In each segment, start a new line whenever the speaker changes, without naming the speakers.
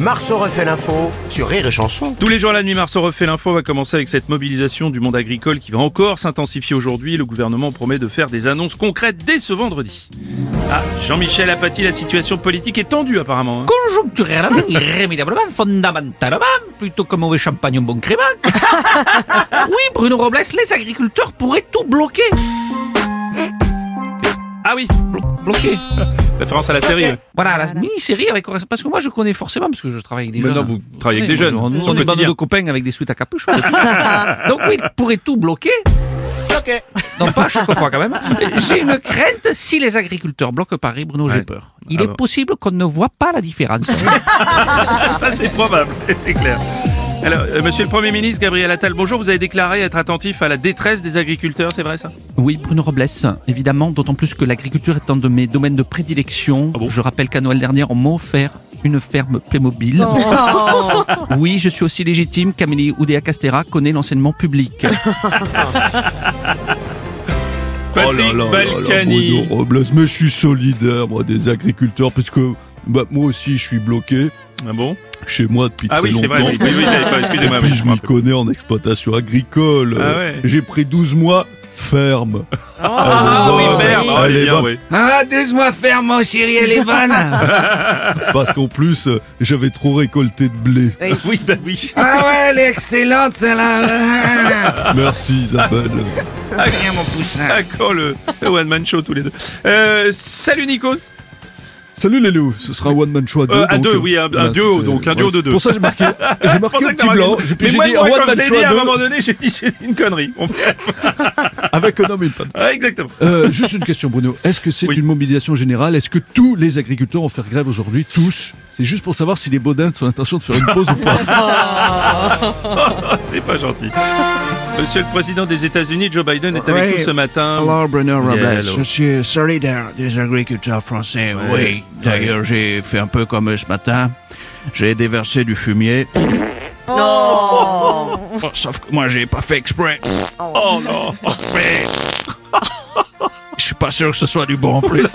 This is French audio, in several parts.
Marceau refait l'info sur Rire et Chanson.
Tous les jours à la nuit, Marceau refait l'info va commencer avec cette mobilisation du monde agricole qui va encore s'intensifier aujourd'hui. Le gouvernement promet de faire des annonces concrètes dès ce vendredi. Ah, Jean-Michel Apathy, la situation politique est tendue apparemment. hein.
conjoncturellement, irrémédiablement, fondamentalement, plutôt que mauvais champagne, un bon crément. oui, Bruno Robles, les agriculteurs pourraient tout bloquer.
Ah oui,
Blo- bloquer.
référence à la série. hein.
Voilà, la mini-série avec parce que moi je connais forcément parce que je travaille avec des
Mais
jeunes. hein.
non, vous travaillez avec
Oui,
des jeunes,
moi, je-
c'est
Nous,
son
on est bande
quotidien.
de copains avec des suites à capuche. hein, Donc oui, ils pourraient tout bloquer.
Ok.
Non, pas à chaque fois quand même. J'ai une crainte, si les agriculteurs bloquent Paris, Bruno, j'ai
Ouais.
peur. Il
Ah
est
bon.
possible qu'on ne voit pas la différence.
Ça c'est probable, c'est clair. Alors, euh, monsieur le Premier ministre Gabriel Attal, bonjour, vous avez déclaré être attentif à la détresse des agriculteurs, c'est vrai ça
Oui, Bruno Robles, évidemment, d'autant plus que l'agriculture est un de mes domaines de prédilection.
Ah bon
je rappelle qu'à Noël dernier, on m'a offert une ferme Playmobil. Oui, je suis aussi légitime qu'Amélie Oudéa Castera connaît l'enseignement public.
Patrick Balkany.
Bruno Robles, Oh, mais je suis solidaire, moi, des agriculteurs, parce que bah, moi aussi, je suis bloqué
Ah bon
chez moi depuis
Ah
très
oui, c'est
longtemps.
vrai, oui, oui, oui, j'avais pas-
Et
excusez-moi.
puis,
oui,
je
me
m'y
rappelle.
connais en exploitation agricole.
Ah
Euh,
ouais.
J'ai pris 12 mois ferme.
Ah
Allez,
oui,
va,
merde, ah,
allez,
bien,
va,
oui.
Ah, douze-moi ferme, mon chéri, elle est bonne Ah
Parce qu'en plus, euh, j'avais trop récolté de blé.
oui, bah oui.
ouais, elle est excellente, celle-là
Merci, Isabelle.
Rien, mon poussin
Ah, quand le, le One Man Show tous les deux. Euh, salut Nikos.
Salut les loups, ce sera un one man show à deux.
Euh, à
donc,
deux,
euh,
oui, un- un
voilà,
duo,
c'était-
donc, un duo de
c'est
deux.
Pour ça, j'ai marqué, j'ai marqué un petit blanc. J'ai
Mais
j'ai
moi,
dit un
moi,
one
quand
man
je
show
l'ai dit,
à
à un
deux
moment donné, j'ai dit j'ai dit une connerie. On-
avec un homme et une femme.
Ah, exactement.
Euh, juste une question, Bruno. Est-ce que c'est
Oui.
une mobilisation générale Est-ce que tous les agriculteurs vont faire grève aujourd'hui Tous C'est juste pour savoir si les Baudins sont l'intention de faire une pause ou pas.
Ah, C'est pas gentil. Monsieur le président des États-Unis, Joe Biden est avec
Oui.
nous ce matin.
Alors, Bruno Robles,
Yeah, hello.
je suis solidaire des agriculteurs français, oui. D'ailleurs, j'ai fait un peu comme eux ce matin. J'ai déversé du fumier. Non Sauf que moi, j'ai pas fait exprès.
Oh non.
Mais- Je suis pas sûr que ce soit du bon en plus.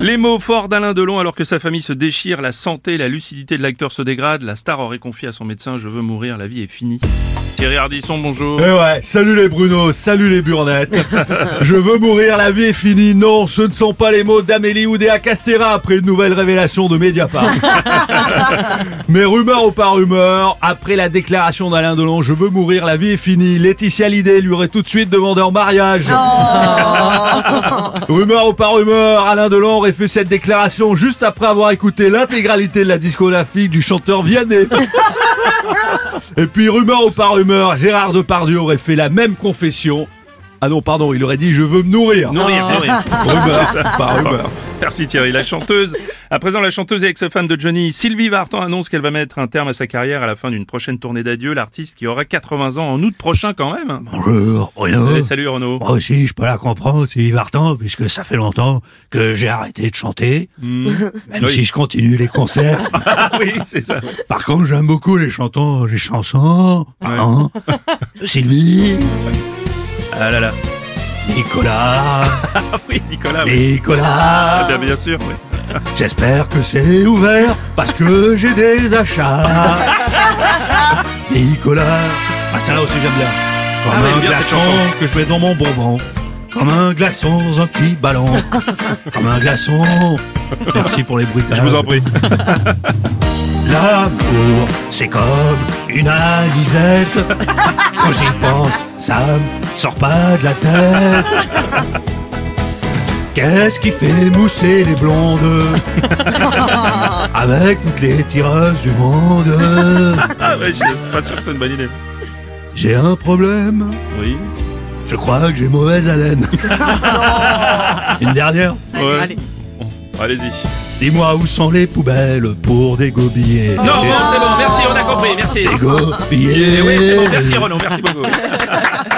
Les mots forts d'Alain Delon alors que sa famille se déchire, la santé, la lucidité de l'acteur se dégrade, la star aurait confié à son médecin Je veux mourir, la vie est finie. Thierry Ardisson, bonjour.
Eh ouais, salut les Bruno, salut les Burnettes. Je veux mourir, la vie est finie. Non, ce ne sont pas les mots d'Amélie Oudéa Castera après une nouvelle révélation de Mediapart. Mais rumeur ou pas rumeur, après la déclaration d'Alain Delon, je veux mourir, la vie est finie, Laetitia Lidé lui aurait tout de suite demandé en mariage. rumeur ou pas rumeur, Alain Delon aurait fait cette déclaration juste après avoir écouté l'intégralité de la discographie du chanteur Vianney. Et puis, rumeur ou pas rumeur, Gérard Depardieu aurait fait la même confession. Ah non, pardon, il aurait dit je veux me nourrir. Ah.
Nourrir, nourrir.
Rumeur, pas rumeur.
Merci Thierry. La chanteuse, à présent la chanteuse et ex-femme de Johnny, Sylvie Vartan annonce qu'elle va mettre un terme à sa carrière à la fin d'une prochaine tournée d'adieu. L'artiste qui aura 80 ans en août prochain quand même.
Bonjour,
euh.
Bruno.
Allez, salut Renaud.
Moi aussi, je peux la comprendre, Sylvie Vartan, puisque ça fait longtemps que j'ai arrêté de chanter, même
Oui.
si je continue les concerts.
Ah oui, Hmm, c'est ça.
Par contre, j'aime beaucoup les chantants, les chansons, hein, de Sylvie,
Ah là là.
Nicolas,
Ah oui, Nicolas. oui. Ah,
Nicolas.
bien, bien sûr. oui.
J'espère que c'est ouvert, parce que j'ai des achats. Nicolas. Ah, ça aussi, j'aime bien. Comme un
mais Ah bien, cette
glaçon
chanson.
que je mets dans mon bonbon. Comme un glaçon dans un petit ballon. Comme un glaçon. Merci pour les bruitages.
Je
Ah,
vous en prie.
L'amour, c'est comme une alisette. Quand j'y pense, ça me sort pas de la tête. Qu'est-ce qui fait mousser les blondes Avec toutes les tireuses du monde.
Ah ouais, je suis pas sûr que c'est une bonne idée.
J'ai un problème.
Oui.
Je crois que j'ai mauvaise haleine. Une dernière.
Ouais. Bon, Allez-y.
Dis-moi où sont les poubelles pour dégobiller.
Non, bon, c'est bon. Merci, on a compris. Merci.
Dégobiller.
Eh oui, c'est bon. Merci Renaud. Merci beaucoup.